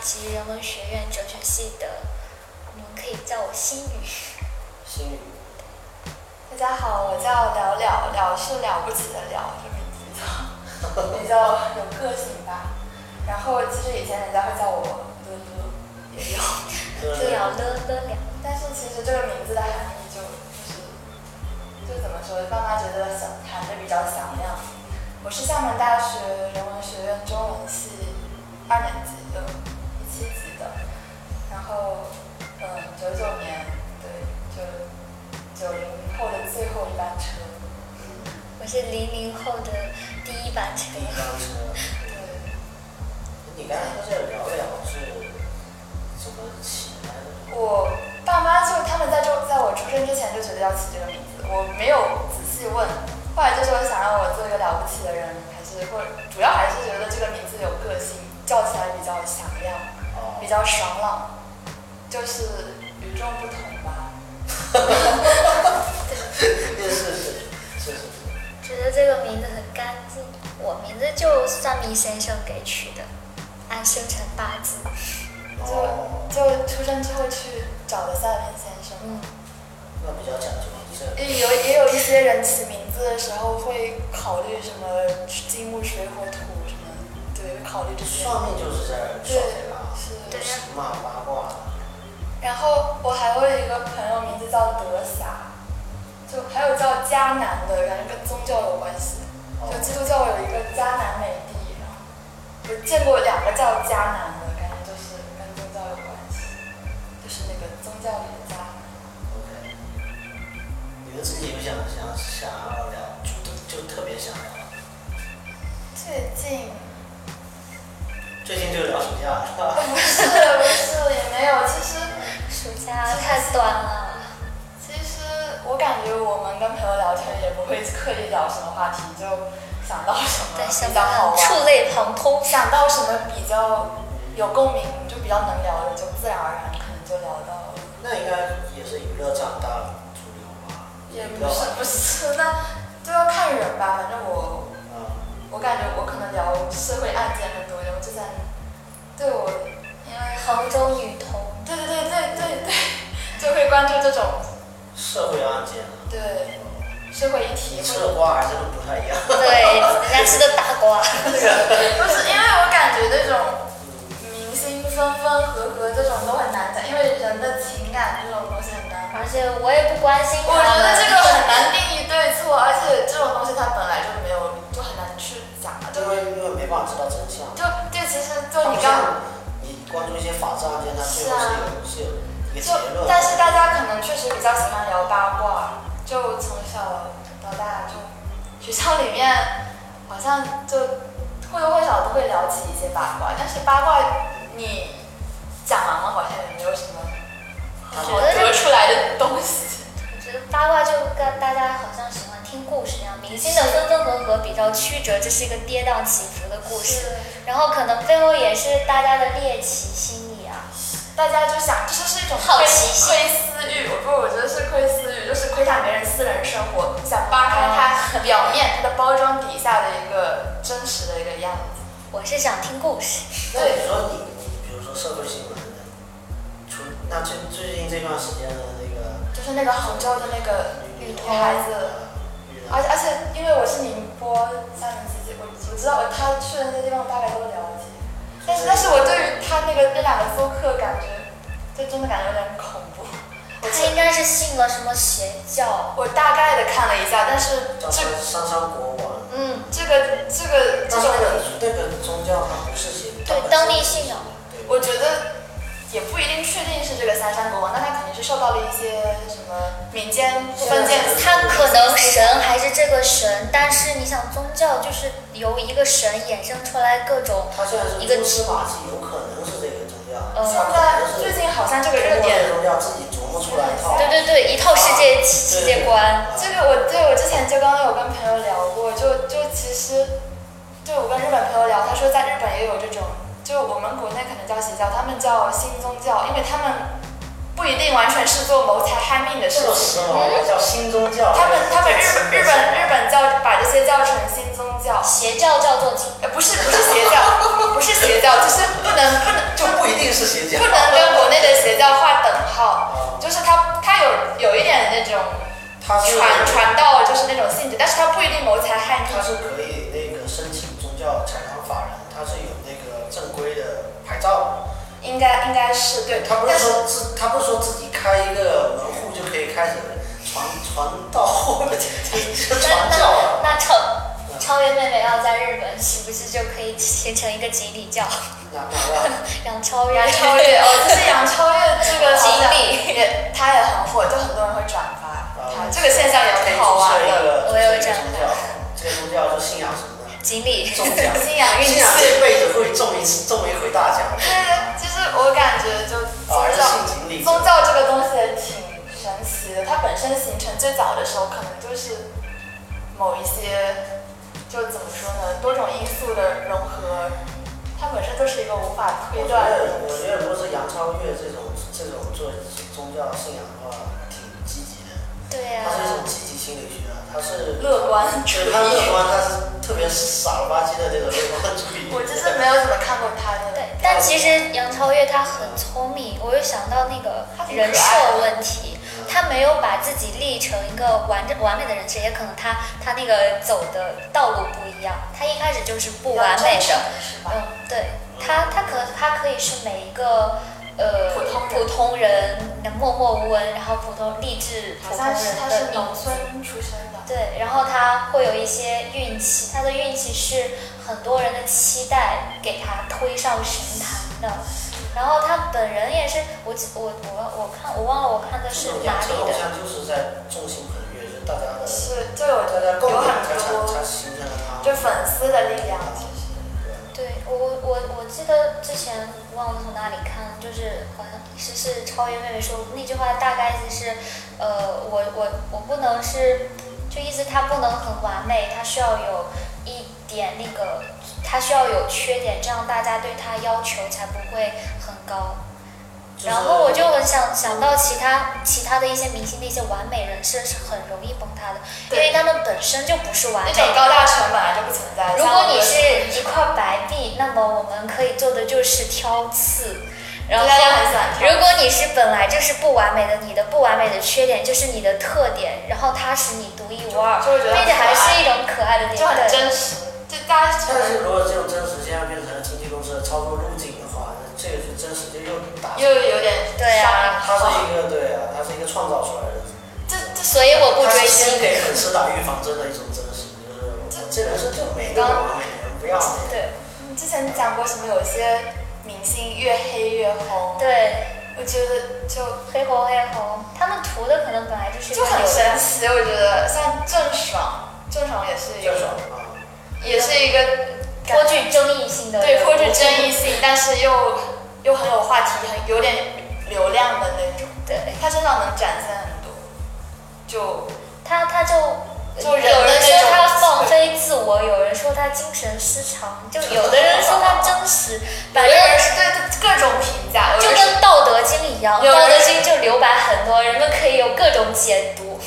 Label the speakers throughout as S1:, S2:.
S1: 籍人文学院哲学系的，你们可以叫我心雨。
S2: 心语，
S3: 大家好，我叫了了，了是了不起的了，这名字叫比较有个性吧。然后其实以前人家会叫我乐乐，也有，
S2: 对
S1: 了
S3: 啊
S1: 了了了，
S3: 但是其实这个名字的含义就就是就怎么说，爸妈觉得想喊着比较响亮。我是厦门大学人文学院中文系二年级的一七级的，然后嗯九九年对就九零后的最后一班车，
S1: 我是零零后的第一班车
S2: 第。一辆车。
S3: 对
S2: 你刚才说这聊聊是怎么起来的？
S3: 我爸妈就他们在这在我出生之前就觉得要起这个名字，我没有仔细问，后来就是想让我做一个了不起的人，还是或者主要还是觉得这个名字有个性，叫起来比较响亮，
S2: 哦
S3: 比较爽朗，就是与众不同吧。
S2: 是是是是是
S1: 觉得这个名字很干净，我名字就算命先生给取的，按生辰八字。
S2: 哦，
S3: 就就出生之后去找的夏面先生，
S1: 嗯，
S2: 那比较讲究仪式感。
S3: 也有也有一些人起名字的时候会考虑什么金木水火土什么，对，会考虑这些。
S2: 算命就是这样，
S3: 对
S2: 算命啊，，
S3: 是
S1: 对。
S2: 神马八卦啊，
S3: 然后我还会有一个朋友名字叫德霞，就还有叫迦南的，感觉跟宗教有关系。就基督教有一个迦南美地，然后我见过两个叫迦南的，感觉就是跟宗教有关系，就是那个宗教里的迦南。
S2: OK，你们自己有想想想要聊，就就就特别想聊。
S3: 最近
S2: 最近就聊暑假了，是吧？
S3: 不是不是也没有，其实
S1: 暑假太短了，
S3: 其实我感觉我们跟朋友聊天也不会刻意聊什么话题，就想到什么
S1: 对，
S3: 啊比
S1: 什
S3: 较好
S1: 么
S3: 玩。
S1: 触类旁通。
S3: 想到什么比较有共鸣，就比较能聊的，就自然而然可能就聊到了。
S2: 那应该也是娱乐占大主流吧？
S3: 也不
S2: 娱乐
S3: 是
S2: 吧
S3: 不是，那就要看人吧。反正我
S2: 啊，
S3: 我感觉我可能聊社会案件更多一点。我之前对我因为
S1: 杭州女童，
S3: 对对对对对对，就会关注这种
S2: 社会案件啊，
S3: 对社会议题
S2: 你
S3: 会。
S2: 吃的瓜还真的不太一样。
S1: 对，人家吃的大瓜。
S3: 不是因为我感觉这种明星分分合合这种都很难讲，因为人的情感这种东西很难
S1: 而且我也不关心
S3: 我觉得这个很难定义对错，而且这种东西它本来就没有，就很难去讲。就
S2: 因为因为没办法知道真相。
S3: 就就其实就你
S2: 哦
S3: 刚，啊
S2: 你关注一些法治案件，它最后是有是有一个
S3: 就
S2: 结论。
S3: 但是大家可能确实比较喜欢聊八卦，就从小到大就学校里面好像就或多或少都会聊起一些八卦，但是八卦你讲完了好像也没有什么
S2: 它
S3: 好得出来的东西。
S1: 我觉得八卦就跟大家好像喜欢听故事一样，明星的分分合合比较曲折，这是一个跌宕起伏的故事。然后可能背后也是大家的猎奇心理啊。
S3: 大家就想，这就是一种
S1: 好
S3: 窥
S1: 奇心
S3: 窥私欲，我不，我觉得是窥私欲，就是窥探别人私人生活，
S1: 嗯
S3: 想扒开它表面、它的包装底下的一个真实的一个样子。
S1: 我是想听故事，
S2: 那你说你你比如说社会新闻的，除那最最近这段时间的那个
S3: 就是那个杭州的那个
S2: 女
S3: 女孩子，
S1: 嗯
S2: 女
S3: 而
S2: 的，
S3: 且而且因为我是宁波厦门自己，我我知道我他去的那些地方我大概都了解，
S1: 嗯
S3: 但是但是我对于他那个那两个播客感觉，就真的感觉有点恐怖。我
S1: 他应
S3: 其
S1: 该是信了什么邪教？
S3: 我大概的看了一下，但是
S2: 叫
S3: 这
S2: 三三山国王。
S1: 嗯，
S3: 这个这个这
S2: 但是
S3: 种
S2: 那个那个宗教它不是邪，它
S1: 对
S2: 本身
S1: 当地信仰
S2: 对
S3: 我觉得也不一定确定是这个三山国王，但他肯定是受到了一些什么民间封建思
S1: 他可能神还是这个神，但是你想宗教就是由一个神衍生出来各种
S2: 它现在是
S1: 一个
S2: 蛛丝马迹，有可能是这个宗教，
S1: 呃
S2: 它
S3: 想。
S2: 可
S3: 在
S2: 能是
S3: 最近好像这个
S2: 通过这
S3: 热
S2: 个
S3: 点，
S2: 宗教自己琢磨出来一套。
S1: 对对对，一套世界世界观。
S3: 这个我对我之前就刚刚有跟朋友聊过，就就其实，对我跟日本朋友聊，他说在日本也有这种，就我们国内可能叫邪教，他们叫新宗教，因为他们不一定完全是做谋财害命的事
S2: 这个
S3: 情。
S2: 时髦叫新宗教。
S3: 他们他们日本日本日本教把这些叫成新宗教，
S1: 邪教叫做
S3: 呃，不是不是邪教，不是邪教，就是不能不能就
S2: 就不一定定是邪教
S3: 不能跟国内的邪教画等号，
S2: 啊，
S3: 就是它它有有一点那种
S2: 他是
S3: 传传道就是那种性质，但是它不一定谋财害
S2: 他
S3: 命。
S2: 是可以那个申请宗教财团法人，他是有那个正规的牌照的。
S3: 应该应该是对，
S2: 他不
S3: 但
S2: 是
S3: 是
S2: 说自他不是说自己开一个门户就可以开始传传道，就
S1: 那
S2: 传教
S1: 那
S2: 了。
S1: 那超超越妹妹要在日本，是不是就可以形成一个锦鲤教，
S2: 那那那
S1: 让超越
S3: 杨超越哦，就是杨超越这个
S1: 锦
S3: 好像
S1: 鲤？
S3: 也他也很火，就很多人会转发
S2: 啊
S3: 他，这个现象也
S2: 可以
S3: 很好
S2: 注
S3: 玩
S2: 册一
S3: 的。
S2: 个
S1: 我也有
S2: 注册一个
S1: 这样
S2: 宗教，这个宗教是信仰什么呢？
S1: 锦鲤，
S2: 中奖，
S3: 信仰运
S2: 信
S3: 气
S2: 仰，这辈子会中一次中一回大奖。
S3: 对，就是我感觉就
S2: 啊，还
S3: 宗
S2: 是
S3: 教。
S2: 信锦鲤。
S3: 宗教这个东西也挺神奇的，它本身形成最早的时候，可能就是某一些，就怎么说呢，多种因素的融合，它本身就是一个无法
S2: 我觉
S3: 推断的
S2: 得，我
S3: 东
S2: 觉
S3: 西。
S2: 得如果是杨超越这种这种做宗教信仰的话，挺积极的。
S1: 对呀、
S2: 他是一种
S1: 啊，
S2: 积极心理学啊，他是
S3: 乐观主
S2: 对
S3: 义，
S2: 他乐观，他是特别傻了吧唧的那种乐观主义。
S3: 我就是没有怎么看过他的。
S1: 对。但其实杨超越她很聪明，我又想到那个
S3: 她挺可爱
S1: 人
S3: 的
S1: 设问题，她没有把自己立成一个完整完美的人设，也可能她她那个走的道路不一样，她一开始就是不完美的。
S3: 是吧？
S1: 嗯，对，他他可他可以是每一个呃
S3: 普通人
S1: 普通人默默无闻，然后普通励志
S3: 好
S1: 普通
S3: 像是他
S1: 人
S3: 是
S1: 的
S3: 农
S1: 影子。
S3: 村出生的，
S1: 对，然后他会有一些运气，他的运气是很多人的期待给他推上神坛的。然后他本人也是，我记我我我看我忘了我看的是
S2: 这种
S1: 哪
S2: 养成
S1: 里
S2: 偶
S1: 的，
S2: 像就是在众星捧月，就是大家的
S3: 是就有
S2: 大家共
S3: 有
S2: 鸣才
S3: 很
S2: 产
S3: 多
S2: 才形成了他。
S3: 就粉丝的力量，其实。
S1: 对我我我记得之前忘了从哪里看，就是好像是是超越妹妹说那句话，大概意思是，呃，我我我不能是，就意思她不能很完美，她需要有一点那个，她需要有缺点，这样大家对她要求才不会很高。
S2: 就是
S1: 然后我就很想想到其他其他的一些明星的一些完美人设是很容易崩塌的，因为他们本身就不是完
S3: 那
S1: 美
S3: 种
S1: 的。
S3: 高大成本来就不存在。
S1: 如果你
S3: 像我
S1: 是一块白璧，那么我们可以做的就是挑刺。然后
S3: 大家很喜欢，挑
S1: 如果你是本来就是不完美的，你的不完美的缺点就是你的特点，然后它使你独一无二，
S3: 就会觉得
S1: 并
S3: 很
S1: 且
S3: 可
S1: 还
S3: 爱
S1: 是一种可爱的点。
S3: 就很
S1: 对
S3: 真实，就大家可
S2: 但是
S3: 能
S2: 如果这种真实现象变成了经纪公司的操作路径的话，那这个是真实就又打。
S3: 又有点
S1: 对啊
S2: 他是
S3: 商业化
S2: 一个对啊，他是一个创造出来的。
S3: 这这
S1: 所以我不
S2: 他
S1: 追
S2: 是先
S1: 星。
S2: 给粉丝打预防针的一种真实，就是我这人生就没那么完美，不要那个。
S1: 对
S3: 你之前讲过什么？有些明星越黑越红，
S1: 对，
S3: 我觉得就
S1: 黑红黑红，他们涂的可能本来就是
S3: 就很
S1: 有
S3: 神
S1: 的
S3: 奇。我觉得像郑爽，郑爽也是一
S2: 这种
S3: 个，
S2: 啊。
S3: 也是一个
S1: 颇具争议性的
S3: 对颇具
S1: 人物
S3: 争议性，但是又又很有话题，很有点流量的那种。
S1: 对。
S3: 她身上能展现很多，就
S1: 他他就
S3: 就人的
S1: 有人
S3: 那
S1: 说
S3: 种
S1: 他放飞自我，有人说他精神失常，就有的人说他真实，反
S3: 有
S1: 正
S3: 的人是对各种评价，有
S1: 就
S3: 人是
S1: 跟《道德经》一样，《
S3: 有人
S1: 道德经》就留白很多，人们可以有各种解 读。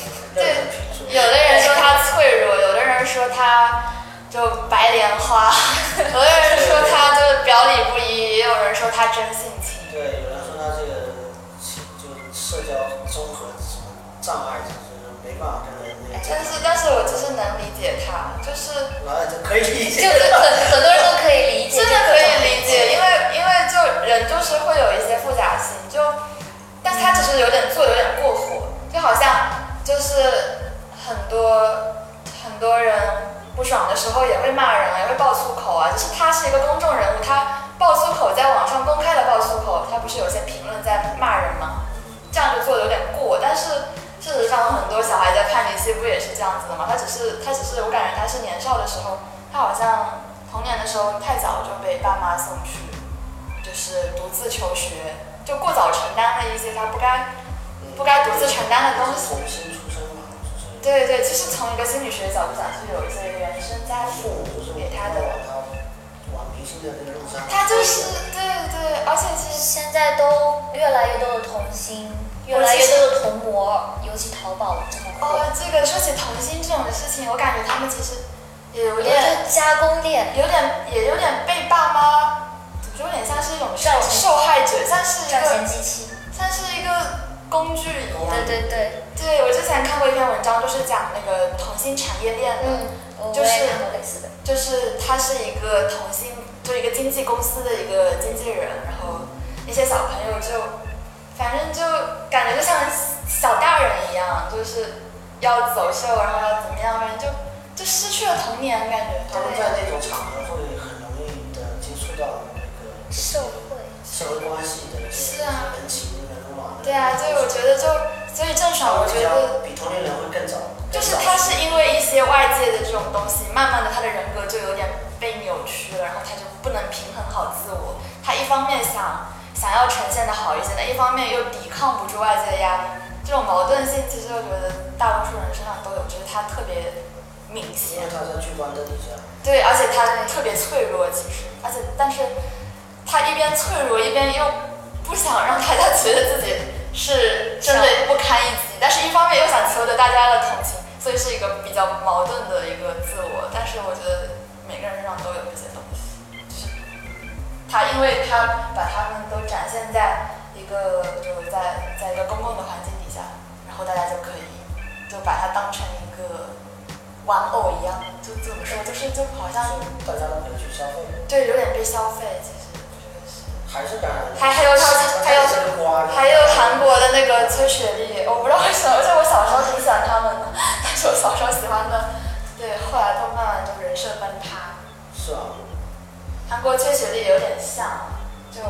S3: 有的人说他脆弱，有的人说他就白莲 花，有的人说他就表里不一，也有人说他真性情。
S2: 对，有人说他这个就是社交综合什么障碍，就是没办法跟人那
S3: 但
S2: 个。，
S3: 是但是我就是能理解他，就是
S2: 完了，可以理
S1: 就
S2: 解。
S1: 很很很多人都可以理解，
S3: 真的可以理解，因为因为就人就是会有一些复杂性，就，但是他只是有点做的有点过火，就好像就是很多很多人不爽的时候也会骂人啊，也会爆粗口啊，就是他是一个公众人物，他爆粗口在网上公开的爆粗口，他不是有些评论在骂人吗？这样就做的有点过，但是事实上很多小孩在叛逆期不也是这样子的吗？他只是他只是我感觉他是年少的时候，他好像童年的时候太早就被爸妈送去，就是独自求学，就过早承担了一些他不该。
S2: 童星出身嘛，就是
S3: 对对，就是从一个心理学角度讲，是有一些原生家
S2: 父
S3: 庭
S2: 母就是
S3: 给他
S2: 的
S3: 的。
S2: 往明星的那个路上。
S3: 他就是对对，而且其实
S1: 现在都越来越多的童星，越来越多的童模，尤其淘宝这么火，
S3: 哦，这个说起童星这种事情，我感觉他们其实也有
S1: 我觉
S3: 点
S1: 得加工店
S3: 有点也有点被爸妈，怎么说，有点像是一种受
S1: 占有
S3: 受害者是一
S1: 赚钱
S3: 个
S1: 机器。
S3: 像是一个工具一样。
S1: 对对对，
S3: 对，我之前看过一篇文章，就是讲那个同性产业链的，
S1: 嗯，我
S3: 就
S1: 我
S3: 是
S1: 也看过类似的。
S3: 就是他是一个同性，就一个经纪公司的一个经纪人，然后那些小朋友就，反正就感觉就像小大人一样，就是要走秀，然后要怎么样，反正就就失去了童年感觉。
S2: 他们在那种场合会很容易的接触到那个
S1: 受贿，
S2: 社会关系的这
S3: 是
S2: 些
S3: 啊
S2: 人情人往的。
S3: 对啊，所以我觉得就，所以郑爽，我觉得。
S2: 比同龄人会更早，
S3: 就是他是因为一些外界的这种东西，慢慢的他的人格就有点被扭曲了，然后他就不能平衡好自我。他一方面想想要呈现的好一些，但一方面又抵抗不住外界的压力，这种矛盾性其实我觉得大多数人身上都有，只是他特别明
S2: 因为
S3: 显。
S2: 他在聚光灯底下，
S3: 对，而且他特别脆弱，其实，而且但是他一边脆弱，一边又不想让大家觉得自己是真的不堪一击，但是一方面又想求得大家的同情，所以是一个比较矛盾的一个自我。但是我觉得每个人身上都有这些东西，就是他因为他把他们都展现在一个就是在在一个公共的环境底下，然后大家就可以就把它当成一个玩偶一样，就怎么说，就是就好像
S2: 所以大家都可以去消费，
S3: 对有点被消费，其实这个是。
S2: 还是感染了。
S3: 还还有他还有
S2: 这个瓜，
S3: 还有韩国的那个崔雪莉，我不知道为什么，就我小时候挺喜欢他们的， 但是我小时候喜欢的，对，后来都慢慢就人设崩塌。
S2: 是啊吧？
S3: 韩国崔雪莉有点像，就，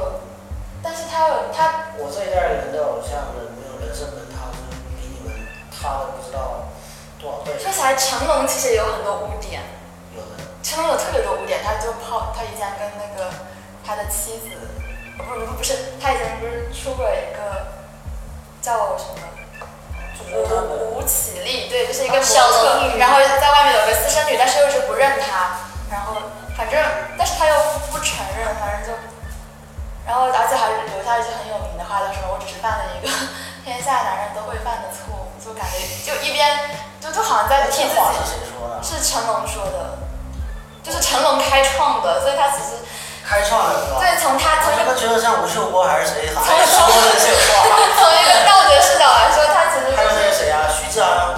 S3: 但是他有他，
S2: 我这一代人的偶像的没有人生能他们比你们差的不知道多少倍，
S3: 说起来成龙其实也有很多污点，
S2: 有的
S3: 成龙有特别多污点，他就泡，他以前跟那个他的妻子，呃不是不是，他以前不是出过一个叫什么？
S2: 就是说他们
S3: 吴吴绮莉，对，就是一个模
S1: 小
S3: 特
S1: 龙，女
S3: 然后在外面有个私生女，但是又是不认他，然后反正，但是他又不承认，反正就，然后而且还留下一句很有名的话，叫什么“我只是犯了一个 天下男人都会犯的错误”，就感觉就一边就就好像在替
S2: 这
S3: 自
S2: 话
S3: 己，
S2: 是谁说的？
S3: 是成龙说的，就是成龙开创的，所以他其实
S2: 开创的是吧？
S3: 对从他
S2: 我
S3: 从一
S2: 他
S3: 个
S2: 妈觉得像吴秀波还是谁还说的这话？
S3: 从一个道德视角来说，他其实
S2: 还有那
S3: 就是
S2: 个谁啊，徐志安，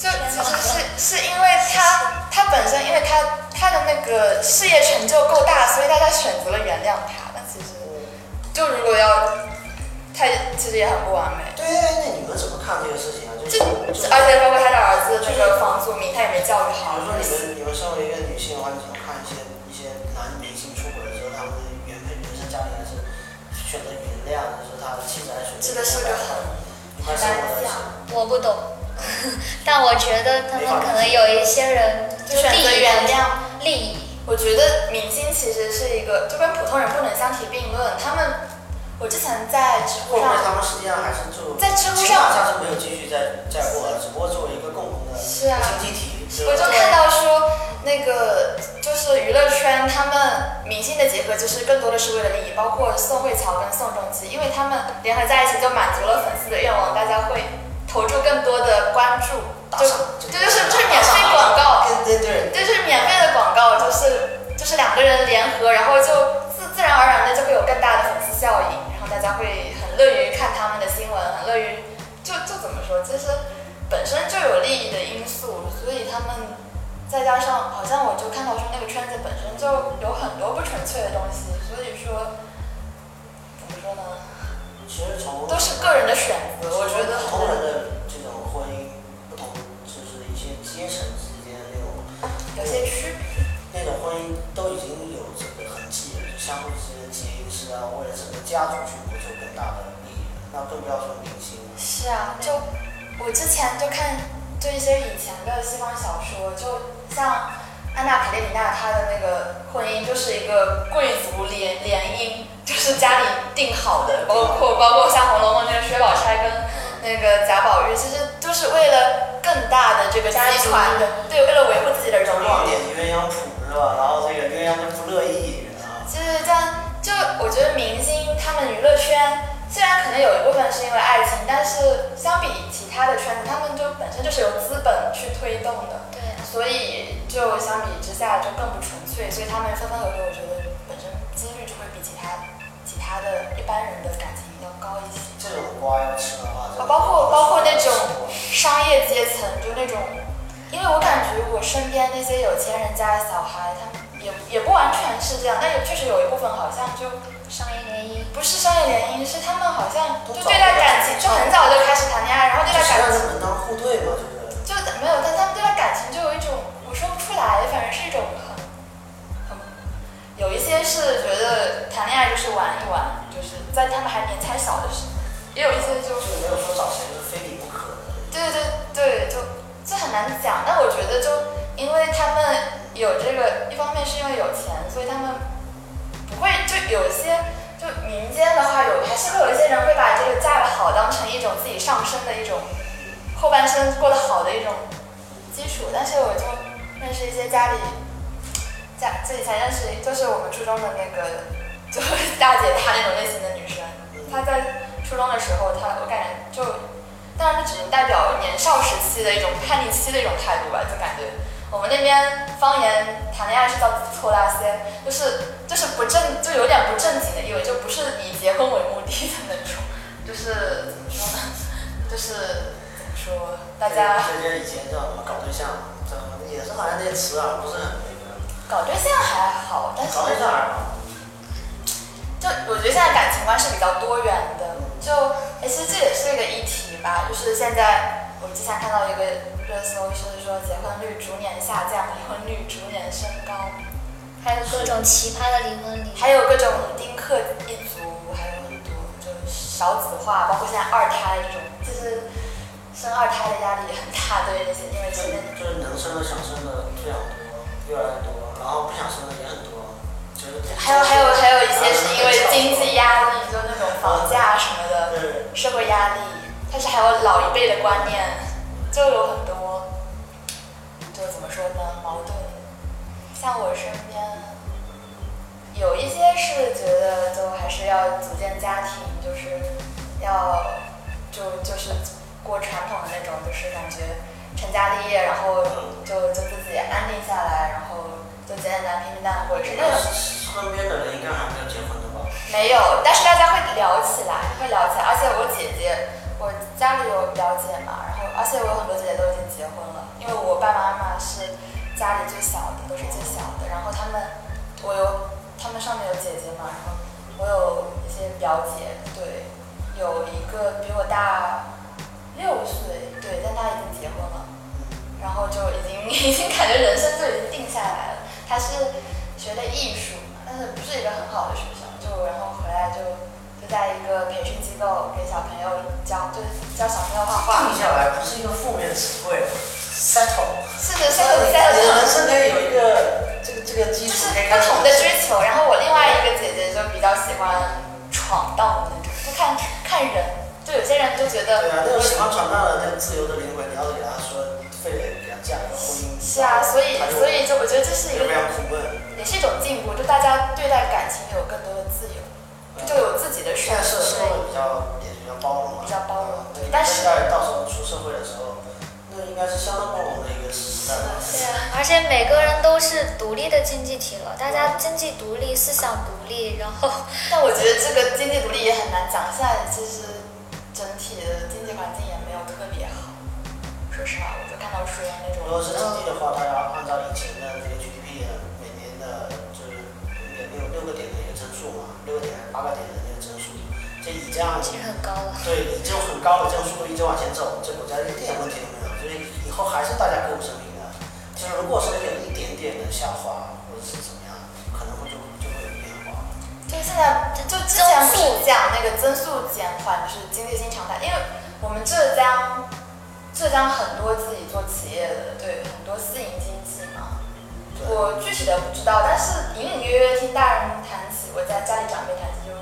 S3: 就其实是是因为他他本身，因为他他的那个事业成就够大，所以大家选择了原谅他。但其实就如果要，他其实也很不完美。
S2: 对，那你们怎么看这个事情啊？就是就
S3: 这
S2: 是
S3: 而且包括他的儿子这个房祖名，他也没教育好
S2: 比如。说你们你们身为一个女性的话，你怎么看一些一些男明星出轨的时候，他们的原配原生家庭还是选择原谅，就是他的妻子还是选择
S3: 这个是个很
S2: 一般生活的事
S1: 我不懂， 但我觉得他们可能有一些人
S3: 就选择
S1: 利益
S3: 原谅
S1: 利益，
S3: 我觉得明星其实是一个，就跟普通人不能相提并论。他们，我之前在知
S2: 会
S3: 乎
S2: 不会
S3: 上，
S2: 他们实际上还是就
S3: 在知乎上
S2: 情感上是没有继续在在过了，只不过作为一个共同的
S3: 是啊
S2: 经济体，是
S3: 我就
S2: 吧？
S3: 看到说，那个就是娱乐圈他们明星的结合，就是更多的是为了利益，包括宋慧乔跟宋仲基，因为他们联合在一起就满足了粉丝的愿望，大家会投注更多的关注，就这就是这是免费广告，
S2: 对对对，
S3: 这是免费的广告，就是就是两个人联合，然后就自自然而然的就会有更大的粉丝效应，然后大家会很乐于看他们的新闻，很乐于就就怎么说，其实本身就有利益的因素，所以他们再加上好像我就看到说那个圈子本身就有很多不纯粹的东西，所以说怎么说呢，
S2: 其实从
S3: 都是个人的选择，我觉得
S2: 不同
S3: 很
S2: 人的这种婚姻，不同就是一些阶层之间的那种
S3: 有些区别。
S2: 那种婚姻都已经有这个痕迹了，就相互之间的结因是啊，为了整个家族去谋求更大的利益，那更不要说明星了。
S3: 是啊，就我之前就看就一些以前的西方小说，就像安娜卡列尼娜，她的那个婚姻就是一个贵族联联姻，就是家里定好的，包括包括像《红楼梦》那个薛宝钗跟那个贾宝玉，其实都是为了更大的这个集
S1: 家族嗯
S3: 团的，对，为了维护自己的荣
S2: 有
S3: 耀
S2: 一。点鸳鸯谱是吧？然后这个鸳鸯就不乐意，啊，
S3: 就是这样，就我觉得明星他们娱乐圈虽然可能有一部分是因为爱情，但是相比其他的圈子，他们就本身就是由资本去推动的，
S1: 对啊，
S3: 所以就相比之下就更不纯粹，所以他们分分合合，我觉得本身几率就会比其他其他他的一般人的感情要高一些。
S2: 这种瓜要吃的话，
S3: 啊包括包括那种商业阶层，就那种，因为我感觉我身边那些有钱人家的小孩，他们也也不完全是这样，但也确实有一部分好像就
S1: 商业联姻，
S3: 不是商业联姻，是他们好像
S2: 都
S3: 就
S2: 早
S3: 对待感情就很早就开始谈恋爱，然后对
S2: 就
S3: 待
S2: 是
S3: 感
S2: 让你
S3: 情
S2: 门当户对嘛，就是
S3: 就没有，但他们对待感情就有一种我说不出来，反正是一种很很有一些是觉得谈恋爱就是玩一玩，就是在他们还年纪还小的时候，也有一些
S2: 就
S3: 就
S2: 是是没有说找谁是非你不可的。
S3: 对对对，就这很难讲。但我觉得就因为他们有这个，一方面是因为有钱，所以他们不会就有一些就民间的话有还是会有一些人会把这个嫁得好当成一种自己上升的一种后半生过得好的一种基础。但是我就认识一些家里家自己才认识，就是我们初中的那个 就是大姐她那种类型的女生，她在初中的时候，她我感觉就当然，这只能代表年少时期的一种叛逆期的一种态度吧，就感觉我们那边方言谈恋爱是叫拖拉些，就是就是不正，就有点不正经的意味，就不是以结婚为目的的那种，就是 怎么说呢，就是怎么说，大家
S2: 人家以前叫什么搞对象，怎么也是好像那些词啊不是很那个，
S3: 搞对象还好，但是
S2: 搞对象啊，
S3: 就我觉得现在感情观是比较多元的，就诶其实这也是一个议题吧。就是现在我之前看到一个热搜，是说结婚率逐年下降，离婚率逐年升高，
S1: 还有各种奇葩的离婚理由。
S3: 还有各种丁克一族，还有很多就是少子化，包括现在二胎这种，就是生二胎的压力也很大，对那些因为
S2: 就
S3: 前面
S2: 就是能生的想生的非常多，越来越多，然后不想生的也很多，就是
S3: 还有还有还有一些是因为
S2: 嗯
S3: 经济压力，就那种房价什么的。
S2: 对，
S3: 社会压力，但是还有老一辈的观念，就有很多，就怎么说呢，矛盾。像我身边，有一些是觉得就还是要组建家庭，就是要就就是过传统的那种，就是感觉成家立业，然后就就自己安定下来，然后就简简单平平淡淡过日子。那种
S2: 身边的人应该还没有结婚的吧？
S3: 没有，但是大家会聊起来，会聊起来。而且我姐姐，我家里有表姐嘛，然后而且我有很多姐姐都已经结婚了，因为我爸爸妈妈是家里最小的，都是最小的。然后他们，我有他们上面有姐姐嘛，然后我有一些表姐，对，有一个比我大六岁，对，但她已经结婚了。然后就已经已经感觉人生就已经定下来了。他是学的艺术，但是不是一个很好的学校，就然后回来就就在一个培训机构给小朋友教，就是教小朋友画画。
S2: 定下来不是一个负面词汇，settle。
S3: 是的，是
S2: 你
S3: 的，
S2: 在
S3: 在
S2: 人生可以有一个这个这个基
S3: 就
S2: 础
S3: 是，
S2: 可以
S3: 不
S2: 开始
S3: 同的追求。然后我另外一个姐姐就比较喜欢闯荡的那种，就看看人，就有些人就觉
S2: 对
S3: 得
S2: 啊，那种喜欢闯荡的那个自由的灵魂，你要是给他说非得给他嫁一个婚姻，
S3: 是啊，所以
S2: 他就
S3: 所以就我觉得这是
S2: 他
S3: 一
S2: 就
S3: 个
S2: 非常苦闷。
S3: 也是一种进步，就大家对待感情有更多的自由，就有自己的
S2: 现在
S3: 选
S2: 嗯社
S3: 择。
S2: 会比较也比较包容嘛，嗯
S3: 比较包容
S2: 对，
S3: 但是
S2: 在到时候出社会的时候，那应该是相当包容的一个时代吧。
S3: 对啊，
S1: 而且每个人都是独立的经济体了，大家经济独立，思想独立，然后
S3: 但我觉得这个经济独立也很难讲。现在其实整体的经济环境也没有特别好，说实话，我就看到说那
S2: 如果
S3: 种
S2: 是经济的话，它要按照以前的那个 GDP 的每年的，就是每六六个点的一个增速嘛，六个点还是八个点的那个增速，就以这样
S1: 其实很高了。
S2: 对，以这种很高的这种速度一直往前走，这国家一点问题都没有，就是以后还是大家歌舞升平的。就是如果说有一点点的下滑或者是怎么样，可能会就就会有变化。
S3: 就现在就之前不是讲那个增速减缓，就是经济新常态，因为我们浙江浙江很多自己做企业的，对，很多私营经济嘛，
S2: 对，
S3: 我具体的不知道，但是隐隐约约听大人谈起，我在家里长辈谈起，就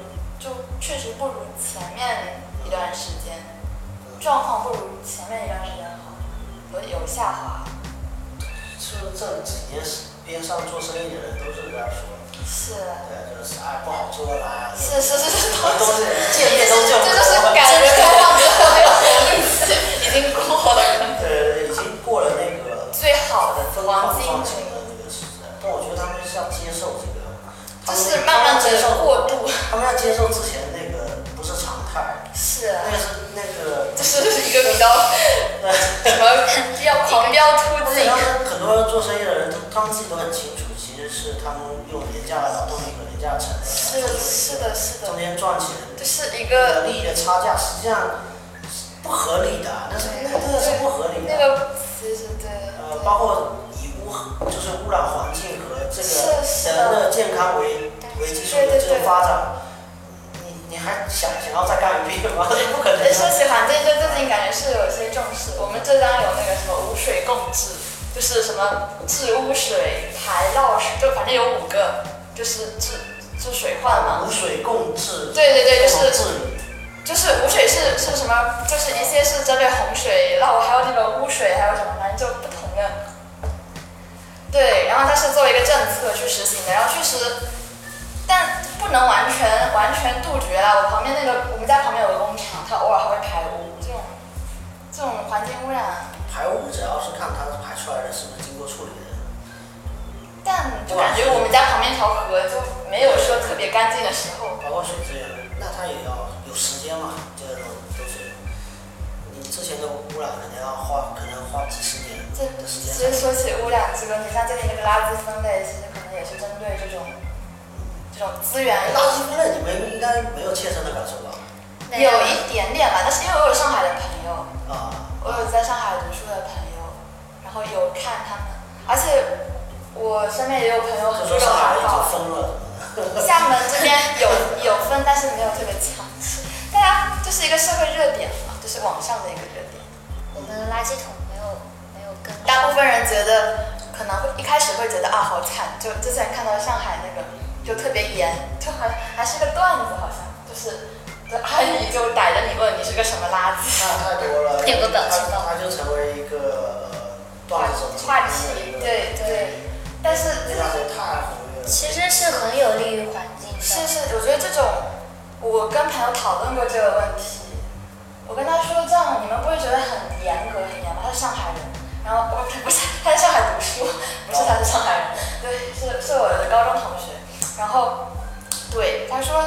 S3: 就确实不如前面一段时间，状况不如前面一段时间好，有有下滑。
S2: 就是这几年边上做生意的人都是这样说，
S3: 是
S2: 对，就是哎不好做啦，
S3: 是是是是，
S2: 都是见面都
S3: 这
S2: 这么
S3: 就是感觉开放之后的红期已经过了
S2: 呃，已经过了那个
S3: 最好的黄金
S2: 放
S3: 期，
S2: 弃的那个时代，但我觉得他们是要接受这个，
S3: 就是慢慢的过渡。
S2: 他们要接受婚之前那个不是常态，
S3: 是啊
S2: 那，个是那个，
S3: 这是一个比较什么比较狂飙突进
S2: 然，后很多做生意的人，他他们自己都很清楚，其实是他们用廉价的劳动力和廉价的成本，
S3: 是是的，是
S2: 中
S3: 的，
S2: 间赚钱
S3: 这是一
S2: 的
S3: 个
S2: 利益的差价，实际上是不合理的，那是那真的是不合理的。
S3: 那个其实对，
S2: 呃，包括以污就是污染环境和这个
S3: 是是
S2: 人
S3: 的
S2: 的健康为为基础的这种发展，你你还想想要再干一遍吗？这不可能的。
S3: 对呃说起环境，对最近感觉是有一些重视。我们浙江有那个什么五水共治，就是什么治污水、排涝水，就反正有五个，就是治治水患嘛。
S2: 无水共治，
S3: 对对对，就
S2: 共
S3: 是
S2: 治理。
S3: 就是污水是是什么？就是一些是针对洪水，然后还有那个污水，还有什么，反正就不同的。对，然后它是作为一个政策去实行的，然后确实，但不能完全完全杜绝啊。我旁边那个，我们家旁边有个工厂，它偶尔还会排污，这种这种环境污染，
S2: 排污只要是看它排出来的是不是经过处理的，
S3: 但就感觉我们家旁边一条河就没有说特别干净的时候。
S2: 包括水资源，那它也要有时间嘛，这个都是你之前的污染肯定要花，可能花几十年
S3: 这
S2: 的时
S3: 其
S2: 间才。
S3: 实说起污染这个问题，像最近这个垃圾分类，其实可能也是针对这种这种资源
S2: 垃圾分类你们应该没有切身的感受吧？
S1: 没
S3: 有一点点吧。但是因为我有上海的朋友，
S2: 啊，
S3: 我有在上海读书的朋友，然后有看他们，而且我身边也有朋友
S2: 可
S3: 很
S2: 说
S3: 多
S2: 上海
S3: 环
S2: 已
S3: 保
S2: 经，封了，怎么的？
S3: 厦门这边有有分，但是没有特别强势。大家这是一个社会热点嘛，就是网上的一个热点。
S1: 我们垃圾桶没有没有跟
S3: 大部分人觉得可能会一开始会觉得啊好惨，就之前看到上海那个就特别严，就好像还是个段子，好像就是就阿姨就逮着你问你是个什么垃圾，
S2: 那太多了，
S1: 有个表情包
S2: 它它就成为一个呃
S3: 话
S2: 段子手机
S3: 话题，对对。但是
S2: 那是太活跃了。
S1: 其实是很有利于环境的。
S3: 是是，我觉得这种，我跟朋友讨论过这个问题，我跟他说这样你们不会觉得很严格很严吗？他是上海人，然后我不是他在上海读书，不是他是上海人，对，是是我的高中同学，然后对他说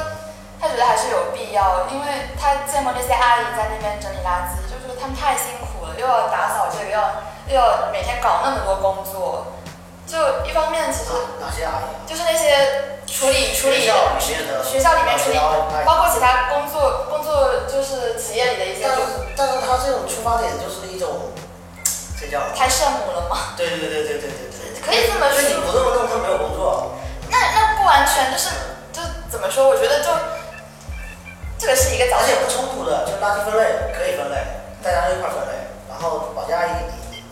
S3: 他觉得还是有必要，因为他见过那些阿姨在那边整理垃圾，就觉得他们太辛苦了，又要打扫这个，又要又要每天搞那么多工作，就一方面其实。
S2: 啊哪些阿姨啊？
S3: 就是那些处理处理
S2: 学校里面的
S3: 学校里面处理
S2: 学校里面，
S3: 包括其他工作工作就是企业里的一些
S2: 但是
S3: 就，
S2: 但是他这种出发点就是一种，这叫
S3: 太圣母了嘛，
S2: 对对对对对对对对。
S3: 可以这么
S2: 所以你
S3: 说。
S2: 不这么弄，他没有工作。
S3: 那那不完全就是就怎么说？我觉得就这个是一个早
S2: 而且
S3: 点
S2: 不冲突的，就垃圾分类可以分类，大家一块分类，然后保洁阿姨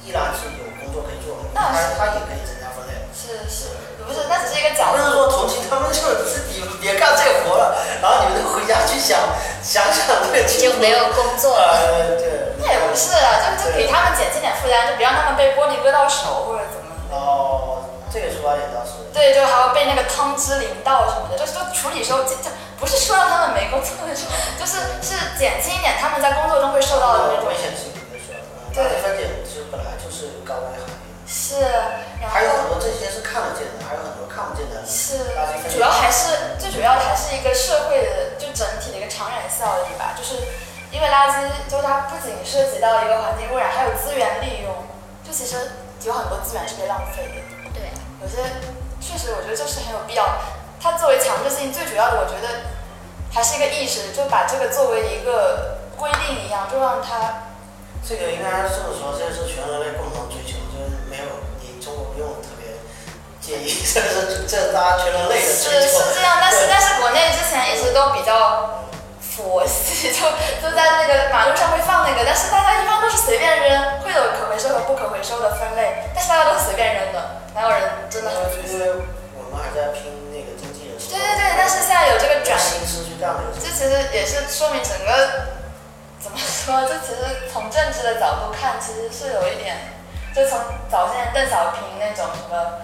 S2: 依然是有工作可以做，
S3: 那
S2: 她
S3: 是
S2: 她也可以增加分类。
S3: 是是不是？那只是一个角
S2: 不是
S3: 度。
S2: 说同情他们，就是自己别干这个活了，然后你们就回家去想 想想这个情
S1: 就
S2: 况
S1: 没有工作了。
S2: 呃对，
S3: 那也不是啊，就就给他们减轻点负担，就别让他们被玻璃割到手或者怎么。
S2: 哦，这个出发点倒是
S3: 对，就还要被那个汤汁淋到什么的，就是就处理时候，这这不是说让他们没工作的时候，就是是减轻一点他们在工作中会受到的那
S2: 危
S3: 种
S2: 险性的说，嗯
S3: 对
S2: 垃圾分解其实本来就是高危行业，
S3: 是，然
S2: 还有
S3: 后
S2: 很多这些是看得见的，还有很多看不见的。
S3: 是
S2: 垃圾分，解
S3: 主要还是最主要还是一个社会的就整体的一个长远效益吧，就是因为垃圾就是它不仅涉及到一个环境污染，还有资源利用，就其实有很多资源是被浪费的，
S1: 对，
S3: 有些确实我觉得这是很有必要，它作为强制性最主要的，我觉得还是一个意识，就把这个作为一个规定一样，就让它
S2: 这个应该这么说，这是全人类共同追求，就是没有你中国不用特别介意，这是这是大家全人类的
S3: 是
S2: 追求。
S3: 是这样，但
S2: 对
S3: 是但是国内之前一直都比较。佛系，就就在那个马路上会放那个，但是大家一般都是随便扔，会有可回收和不可回收的分类，但是大家都是随便扔的，哪有人真的很自
S2: 因
S3: 私？
S2: 为我们还在拼那个经济的时候，
S3: 对对对，但是现在有这个转型，
S2: 心思去干这个事
S3: 这
S2: 情。
S3: 其实也是说明整个怎么说，这其实从政治的角度看，其实是有一点，就从早先邓小平那种什么。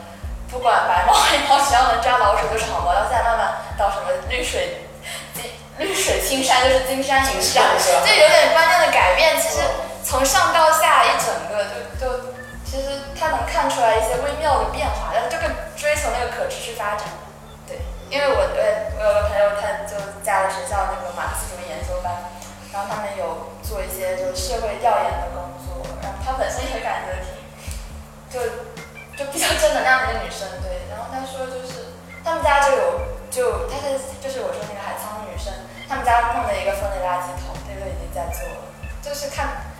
S3: 不管白猫黑猫，只要能抓老鼠就是好猫。到现在慢慢到什么绿水金绿水青山，就是金山银山，就有点观念的改变。其实从上到下一整个就就，其实他能看出来一些微妙的变化，但是这个追求那个可持续发展，对，因为我对我有个朋友，他就加了学校那个马克思主义研究班，然后他们有做一些就是社会调研的工作，然后她本身也感觉挺，就就比较正能量的一个女生，对。然后她说就是他们家就有就她是就是我说那个海沧的女生，他们家弄了一个分类垃圾桶，这个已经在做了，就是看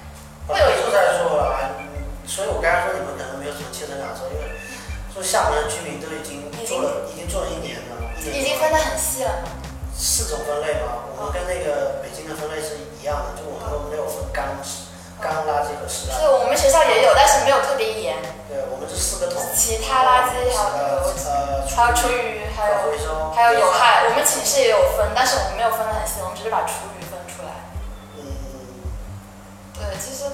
S3: 会有一
S2: 就在说了啊，所以我刚才说你们可能没有什么切身感受，因为说厦门的居民都已经做了，已经做了一年了，一年
S3: 已经分得很细了。
S2: 四种分类嘛，我们跟那个北京的分类是一样的，就我们我们有分干干垃圾和湿垃圾，
S3: 是我们学校也有，但是没有特别严。
S2: 对我们这四个桶，
S3: 其他垃圾还有
S2: 呃
S3: 还有厨余，还有
S2: 回收，
S3: 还有有害。我们寝室也有分，但是我们没有分得很细，我们只是把厨余分出来。
S2: 嗯，
S3: 对，其实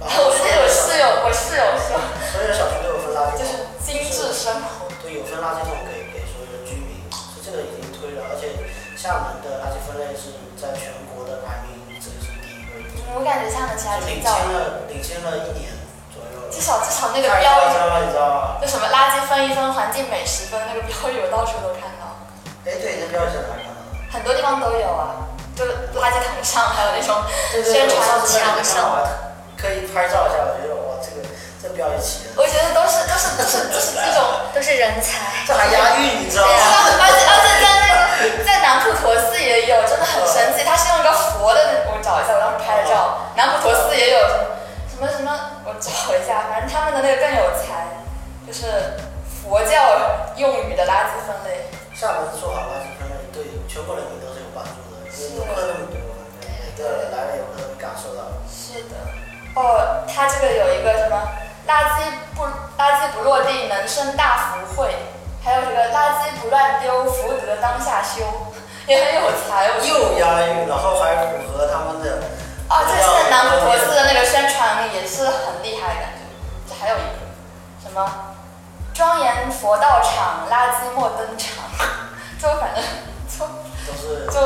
S3: 哎
S2: 然后
S3: 我自己有室友，我室友说
S2: 所有小区都有分垃圾
S3: 就
S2: 桶，
S3: 是精致生活。
S2: 对，有分垃圾桶给给所有的居民，所以这个已经推了，而且厦门的垃圾分类是在全国的排名，这个是第一位，就
S3: 我感觉厦门其他挺
S2: 领
S3: 早
S2: 先
S3: 的，
S2: 了领先了一年左右了。
S3: 至少至少那个
S2: 太
S3: 标
S2: 夸
S3: 语，
S2: 张了，你知道吗？
S3: 就什么垃圾分一分，环境美十分，那个标语我到处都看到，
S2: 哎，对，那标语在哪看到的？
S3: 很多地方都有啊，就垃圾桶上还有那种
S2: 对对
S3: 宣
S2: 对，我上
S3: 传啊
S2: 次在
S3: 墙
S2: 网
S3: 上。
S2: 上可以拍照一下，我觉得哇，这个这标语起的，
S3: 我觉得都是都是都是都是这种，
S1: 都是人才。
S2: 这还押韵，你知道
S1: 对
S2: 吗
S1: 啊？
S3: 而且而且在那个在南普陀寺也有，真的很神奇。它是用一个佛的，我找一下，我当时
S2: 哦
S3: 拍的照。南普陀寺也有什么什么，我找一下，反正他们的那个更有才，就是佛教用语的垃圾分类。
S2: 厦门做好垃圾分类，对全国人民都是有帮助的，因为游客那么多，每个来的游客都感受到。
S3: 是的。哦，它这个有一个什么垃圾不垃圾不落地能生大福慧，还有这个垃圾不乱丢，福德当下修， 也很有才。我觉得
S2: 又押韵，然后还符合他们的
S3: 哦，这次的南普陀寺的那个宣传也是很厉害，感觉。这还有一个什么庄严佛道场，垃圾莫登场， 就反正就
S2: 都是
S3: 就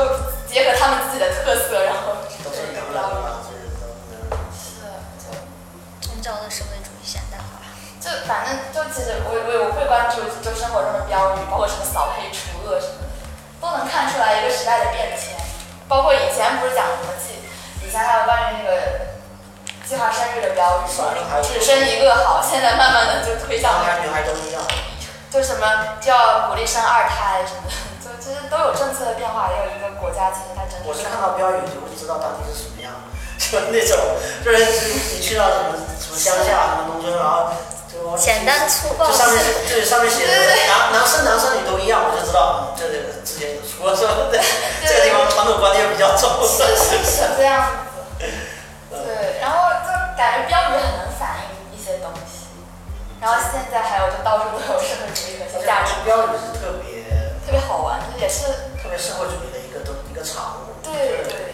S3: 结合他们自己的特色，然后
S2: 都是
S3: 一
S2: 能人
S3: 个标准
S2: 嘛，这都是能人。
S3: 是就
S1: 我们找的社会主义现代化。
S3: 就反正就其实我我我会关注就生活中的标语，包括什么扫黑除恶什么的，都能看出来一个时代的变迁。包括以前不是讲什么计，以前还有关于那个计划生育的标语，
S2: 少一孩
S3: 只生一个好，现在慢慢的就推向
S2: 男孩女孩都一样，
S3: 就什么就要鼓励生二胎什么的，就其实都有政策的变化，也有一个国家其实它整体
S2: 我是看到标语就会知道当地是什么样，就那种，就是你去到什么什么乡下、什么农村，然后就
S1: 简单粗暴
S2: 就上面对上面写的男男生男生女都一样，我就知道，嗯，这个之前有出过什么 的，这个地方传统观念比较重。
S3: 是是这样子，对，然后就感觉标语很能反映一些东西，然后现在还有就到处都有社会主义和价值，
S2: 标语是特别
S3: 特别好玩，就也是
S2: 特别社会主义的一个东一个产物。
S3: 对对。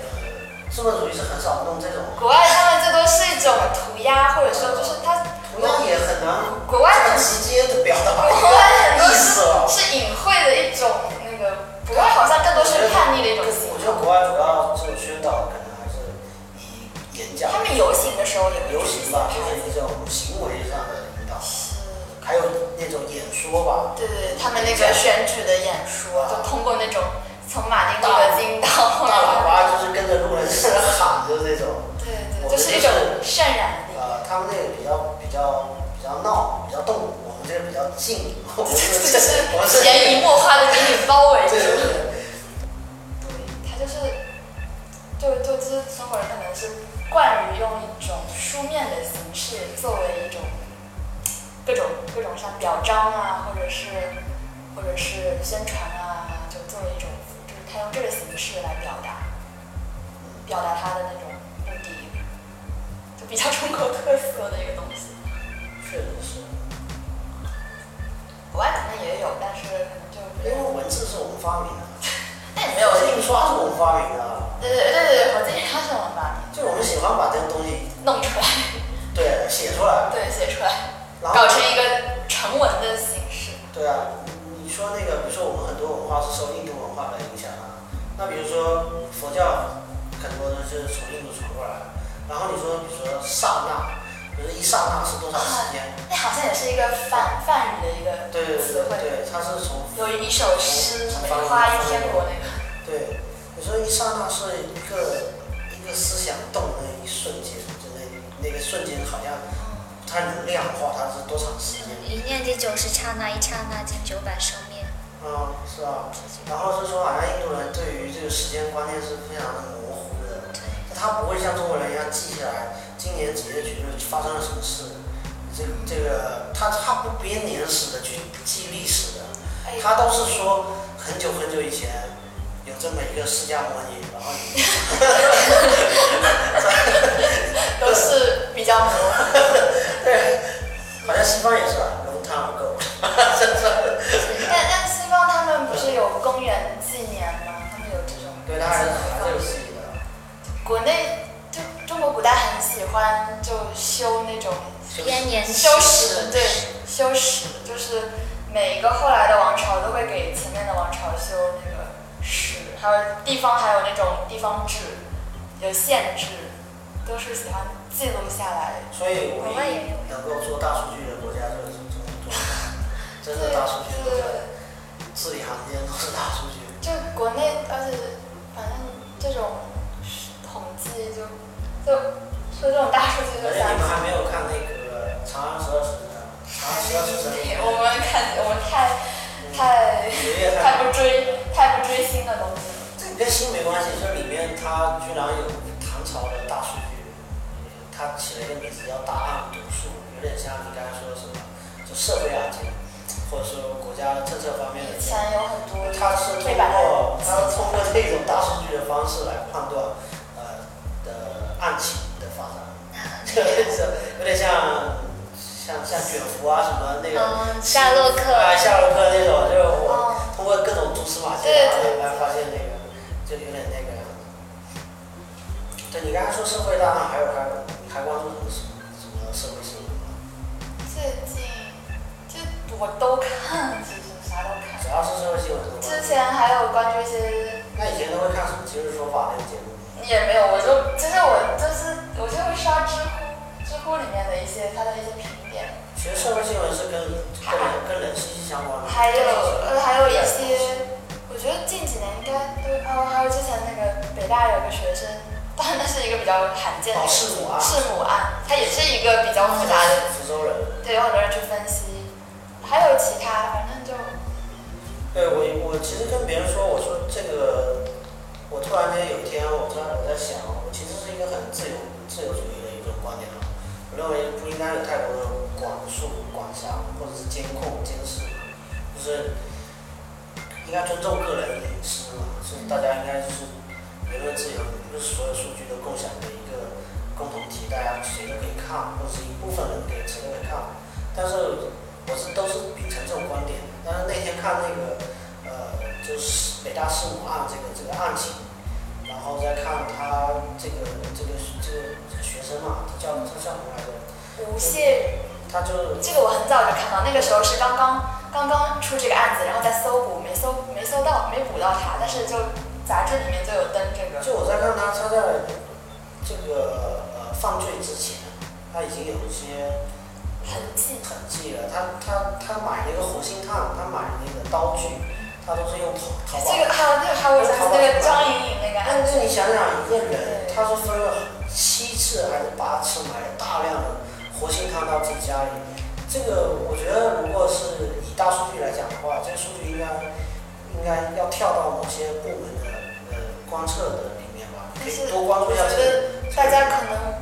S2: 社会主义是很少弄这种，
S3: 国外他们最多是一种涂鸦，或者说就是它
S2: 同样也很难
S3: 国外
S2: 这么直接的表达
S3: 国外很多
S2: 意思了。
S3: 是隐晦的一种那个，国外好像更多是叛逆的一种行
S2: 我觉得。
S3: 为
S2: 国外主要这种宣导可能还是以演讲、
S3: 他们游行的时候也会
S2: 游行吧，就是一种行为上的引导，
S3: 是
S2: 还有那种演说吧。
S3: 对对，他们那个选举的演说，就通过那种从马丁路德金
S2: 大
S3: 到
S2: 喇叭就是跟着路人声喊，就是那种，
S3: 对对，就是一种渲染力。
S2: 呃，他们那个比较比较比较闹，比较动，我们这个比较静， 我们 这
S3: 就
S2: 个
S3: 是
S2: 我们这个
S3: 潜移默化的给你包围住。
S2: 对对
S3: 对，
S2: 对。
S3: 他就是，就就就是中国人可能是惯于用一种书面的形式作为一种各种各种像表彰啊，或者是或者是宣传啊，就作为一种就是他用这个形式来表达表达他的那种目的，就比较中国特色的一个东西。
S2: 确实是，
S3: 国外可能也有，但是可能就没
S2: 因为
S3: 有。
S2: 文字是我们发明的，
S3: 那也没有
S2: 印刷是我们发明的，
S3: 对对对对对，火箭它是我们把
S2: 就我们喜欢把这个东西
S3: 弄出来，
S2: 对写出来，
S3: 对，写出来，
S2: 然后
S3: 搞成一个成文的形式。
S2: 对啊，你你说那个，比如说我们很多文化是受印度文化的影响啊。那比如说佛教，很多都是从印度传过来。然后你说，比如说刹那，比如一刹那是多长时间？
S3: 那好像也是一个梵梵语的一个
S2: 对对
S3: 词
S2: 对
S3: 汇，
S2: 对，它是从
S3: 有一首诗《梅花易天国》那个，
S2: 对，有时候一刹那是一个一个思想动的那一瞬间，就那那个瞬间好像它能量化它是多长时间？
S1: 一念第九十刹那，一刹那经九百生灭。
S2: 嗯，是啊。然后是说好像印度人对于这个时间观念是非常的模糊的，他不会像中国人一样记下来今年几月几日发生了什么事，这个这个他他不编年史的去记历史的。
S3: 哎，
S2: 他都是说很久很久以前有这么一个释迦摩尼，然后你
S3: 都是比较模糊。
S2: 对，好像西方也是吧，long time ago，
S3: 但 但西方他们不是有公元纪年吗？他们有这种
S2: 对，他还是很这个事情的，
S3: 国内就中国古代很喜欢就修那种
S1: 编年史
S3: 修史，对，修史就是每一个后来的王朝都会给前面的王朝修那个史，还有地方还有那种地方志，有县志，都是喜欢记录下来。
S2: 所以唯一能够做大数据的国家就是中国，真的大数据
S3: 对
S2: 国
S3: 对
S2: 家，
S3: 对
S2: 字里行间都是大数 据。
S3: 就国内，而且反正这种统计就就说这种大数据
S2: 而
S3: 就
S2: 且
S3: 相
S2: 你们还
S3: 信。
S2: 没有看那个《长安十二时辰》啊，《长安十二时辰》
S3: 我们看我们太
S2: 嗯
S3: 太
S2: 你也看
S3: 太不追太不追星的东西了。
S2: 这跟新没关系，这里面它居然有唐朝的大数据，它起了一个名字叫“大案读书”，有点像你刚才说的什么，就社会案件，或者说国家政策方面的
S3: 以。前有很多
S2: 它是通
S3: 被把
S2: 过
S3: 它
S2: 它是通过这种大数据的方式来判断呃的案情的发展， 这个是有点像像像卷福啊什么那个。
S1: 嗯，夏洛
S2: 啊，
S1: 克，
S2: 夏洛克那种，就是我
S3: 哦，
S2: 通过各种蛛丝马迹
S3: 对对
S2: 来来发现那个，就有点那个样子。对你刚才说社会大案，还有还有你还关注什么什么社会新闻吗？
S3: 最近就我都看，其实啥都看。
S2: 只要是社会新闻都关
S3: 之
S2: 注。
S3: 前还有关注一些，
S2: 那以前都会看什么《今日说法》那个节目吗？
S3: 也没有，我就其实我就是我就会刷知乎，知乎里面的一些它的一些评点，
S2: 其实社会新闻是跟跟人跟人息息相关的。
S3: 还有呃还有一些，我觉得近几年应该都哦，还有之前那个北大有个学生，当然那是一个比较罕见的
S2: 哦弑母案
S3: 弑母案，它也是一个比较复杂的
S2: 福州人。
S3: 对，有很多人去分析，还有其他，反正就
S2: 对我，我其实跟别人说，我说这个，我突然间有一天，我突然我在想，我其实是一个很自由自由主义的一种观点啊，我认为不应该有太多的管束、管辖或者是监控、监视，就是应该尊重个人隐私嘛，是大家应该就是言论自由，不是所有数据都共享的一个共同体，大家谁都可以看，或者是一部分人可以谁都可以看，但是我是都是秉承这种观点的。但是那天看那个呃，就是北大弑母案这个这个案情，然后再看他这个这个这个这个学生嘛，他叫他叫什么来着？
S3: 无懈。
S2: 他就
S3: 这个我很早就看到，那个时候是刚刚刚刚出这个案子，然后在搜捕，没搜没搜到，没捕到他，但是就杂志里面就有登这个。
S2: 就我在看他他在这个呃犯罪之前，他已经有一些
S3: 痕迹
S2: 痕迹了。他他他买那个火星探，他买那个刀具，他都是用淘淘宝。
S3: 这个还有那个还有我想起那个张颖颖那个案
S2: 但
S3: 子，
S2: 是你想想，一个人他是分了七次还是八次买了大量的活性炭到自己家里，这个我觉得如果是以大数据来讲的话，这个数据应该应该要跳到某些部门的呃观测的里面吧，可
S3: 但是
S2: 以多关注
S3: 我
S2: 一下这
S3: 觉
S2: 个。
S3: 得大家可能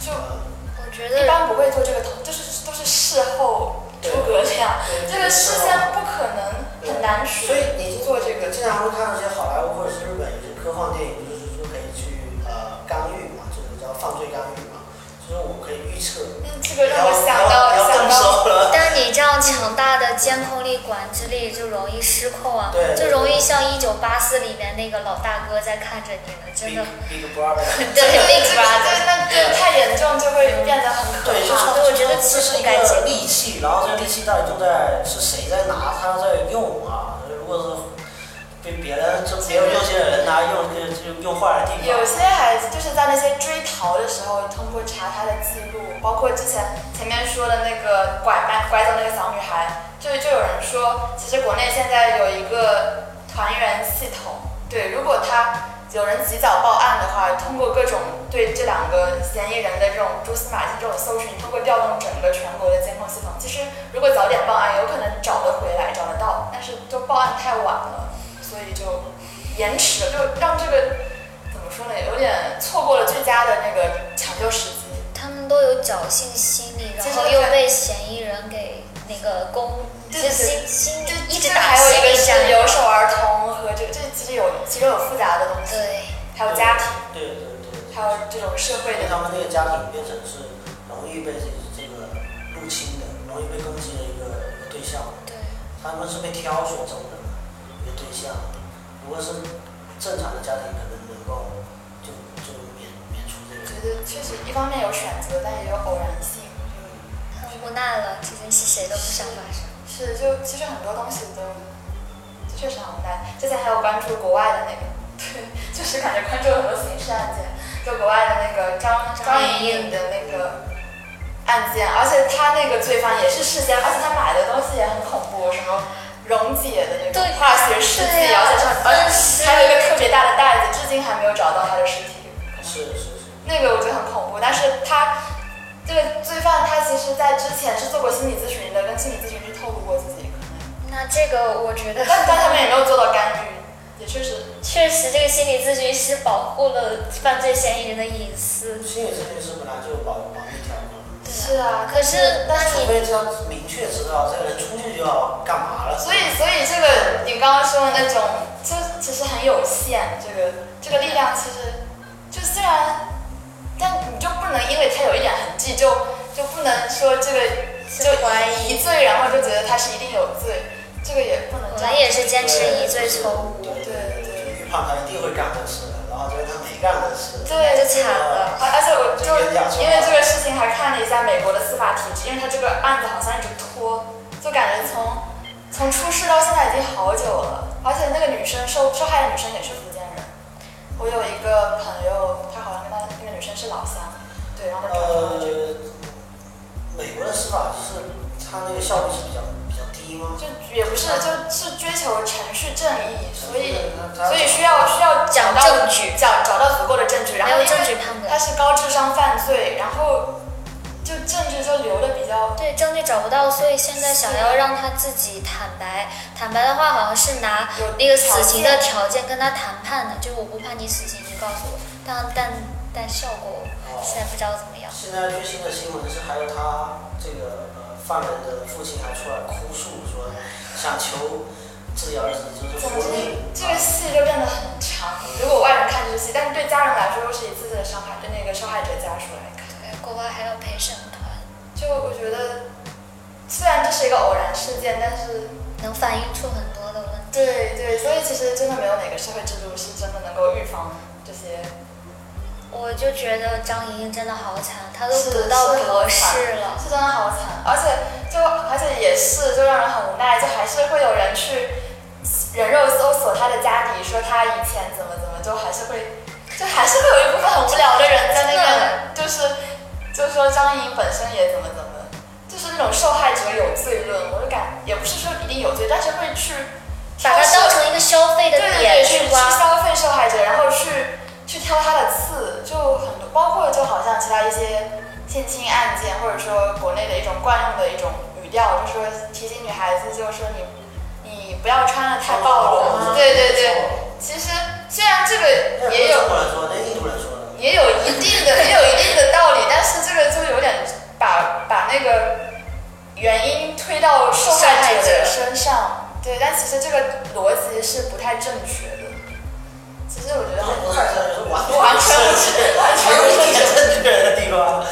S3: 就
S2: 呃
S1: 我觉
S3: 一
S1: 得
S3: 般不会做这个统，就是都是事后诸葛亮，
S2: 对
S3: 这个事先不可能很难说
S2: 所以你
S3: 做这个。
S2: 经常会看到一些好莱坞或者是日本有些科幻电影，就是说可以去呃干预嘛，就是叫犯罪干预嘛，就是我可以预测。
S3: 嗯，这个让我想到
S2: 不要不要
S3: 想
S2: 动手
S3: 到，
S2: 了。
S1: 但你这样强大的监控力、管制力就容易失控啊
S2: 对，
S1: 就容易像《一九八四》里面那个老大哥在看着你呢，真
S2: Big
S1: 的。
S2: Big Brother。
S1: 对，Big
S3: 这个
S1: Brother。
S3: 对，那这个太严重就会变得很可
S2: 对，就
S3: 怕。
S2: 是
S1: 我觉得
S2: 这是一
S1: 不干净
S2: 个利器，然后这个利器到底用在是谁在拿它在用啊？如果是被别人就别人用些人呐、用用用坏了地方。
S3: 有些还就是在那些追逃的时候，通过查他的记录，包括之前前面说的那个拐卖拐走那个小女孩，就就有人说，其实国内现在有一个团圆系统，对，如果他有人及早报案的话，通过各种对这两个嫌疑人的这种蛛丝马迹这种搜寻，通过调动整个全国的监控系统，其实如果早点报案，有可能找得回来，找得到，但是就报案太晚了，所以就延迟了，就让这个。怎么说呢，有点错过了最佳的那个抢救时机。
S1: 他们都有侥幸心理，
S3: 其
S1: 然
S3: 实
S1: 后
S3: 对
S1: 又被嫌疑人给那个攻，
S3: 对
S1: 就
S3: 对
S1: 心心里
S3: 就
S1: 一直
S3: 这
S1: 打
S3: 还有一
S1: 心
S3: 个
S1: 理战
S3: 是。留守儿童和这这其实有其中有复杂的东西，
S1: 对，
S3: 还有家庭，
S2: 对对对。
S3: 还有这种社会
S2: 因为
S3: 的。
S2: 他们这个家庭变成是容易被这这个入侵的、容易被攻击的一个一个对象，
S1: 对，
S2: 他们是被挑选中的一个对象。如果是正常的家庭，可能能够就就免免除这个
S3: 我觉。得确实一方面有选择，但也有偶然性。
S1: 很无奈了，这件事谁都不想发生。
S3: 是，就其实很多东西都确实很无奈。之前还有关注国外的那个，对，就是感觉关注了很多刑事案件，就国外的那个张
S1: 张
S3: 张
S1: 莹
S3: 莹
S1: 莹
S3: 莹的那个案件，而且他那个罪犯也是事先，而且他买的东西也很恐怖，什么溶解的那种
S1: 对
S3: 化学试
S1: 对
S3: 剂，
S1: 啊
S3: 而且上而
S1: 分尸
S3: 且还有一个特别大的袋子，至今还没有找到他的尸体。可能
S2: 是是是，
S3: 那个我觉得很恐怖，但是他这个罪犯他其实在之前是做过心理咨询的，跟心理咨询师透露过自己可能，
S1: 那这个我觉得，
S3: 但但他们也没有做到干预，也确实
S1: 确实这个心理咨询师保护了犯罪嫌疑人的隐私。
S2: 心理咨询师本来就保保密条款，
S1: 对啊
S3: 是啊，
S1: 可是
S3: 但
S1: 那
S3: 是
S2: 除
S1: 你
S2: 非他明确知道这个人出去就要干嘛了。
S3: 所以所以这个你刚刚说的那种，就其实很有限，这个这个力量其实就虽然，但你就不能因为他有一点痕迹就就不能说这个就
S1: 怀
S3: 疑罪，然后就觉得他是一定有罪，这个也不能
S1: 我
S3: 这样
S1: 们也是坚持疑罪从
S2: 对
S1: 无，
S2: 对对，预判他一定会干这事的，然后结果他没干这事。
S3: 对，
S1: 就惨了。
S3: 而而且我就
S2: 就冤假错
S3: 因为
S2: 报
S3: 这个事情还看了一下美国的司法体制，因为他这个案子好像一直拖，就感觉从从出事到现在已经好久了。而且那个女生受受害的女生也是福建人，我有一个朋友，她好像跟她那个女生是老乡，对，然后她转发了这个，
S2: 呃，美国的司法是它那个效率是比较比较低吗？
S3: 就也不是
S1: 嗯
S3: 就是追求程序正义，所以
S2: 它
S3: 所以需要需要
S1: 讲
S3: 找到
S1: 证据
S3: 找找到足够的证据，然
S1: 没
S3: 后
S1: 有
S3: 因为
S1: 证据判不
S3: 他
S1: 了。
S3: 是高智商犯罪，然后就政治就留的比较，
S1: 对，证据找不到，所以现在想要让他自己坦白，坦白的话好像是拿
S3: 有
S1: 那个死刑的条
S3: 条件
S1: 件跟他谈判的，就是我不判你死刑，你告诉我，但但但效果现在不知道怎么样。
S2: 现在最新的新闻是，还有他这个呃犯人的父亲还出来哭诉说，想求自己儿子就是
S3: 总
S2: 服
S3: 之
S2: 刑。
S3: 这个戏就变得很长。如果外人看这个戏，但是对家人来说又是一次次的伤害，对那个受害者家属来看，
S1: 对，国外还有陪审团，
S3: 就我觉得虽然这是一个偶然事件，但是
S1: 能反映出很多的问题。
S3: 对对，所以其实真的没有哪个社会制度是真的能够预防这些。
S1: 我就觉得张莹莹真的好惨，她都
S3: 是
S1: 读到
S3: 是很
S1: 博
S3: 惨
S1: 士了，
S3: 是真的好惨，而且就而且也是就让人很无奈，就还是会有人去人肉搜索他的家底，说他以前怎么怎么，就还是会就还是会有一部分很无聊的人在那边，就是就说张莹本身也怎么怎么，就是那种受害者有罪论，我就感也不是说一定有罪，但是会去
S1: 把它当成一个消费的
S3: 对对对，
S1: 点
S3: 去
S1: 去
S3: 去
S1: 挖。
S3: 消费受害者，然后去去挑他的刺，就很多，包括就好像其他一些性侵案件，或者说国内的一种惯用的一种语调，就说提醒女孩子，就说你你不要穿的太暴露。
S2: 哦
S3: 对对对，，其实虽然这
S2: 那
S3: 个
S2: 不
S3: 也
S2: 是
S3: 有
S2: 中国人说，那印度人说的。
S3: 也有一定的也有一定的道理，但是这个就有点把把那个原因推到受害者的身上，对，但其实这个逻辑是不太正确的。其实我觉得
S2: 然后
S3: 很
S2: 不看人是完
S3: 完全不是完全不
S2: 一点
S3: 是
S2: 正确的地方。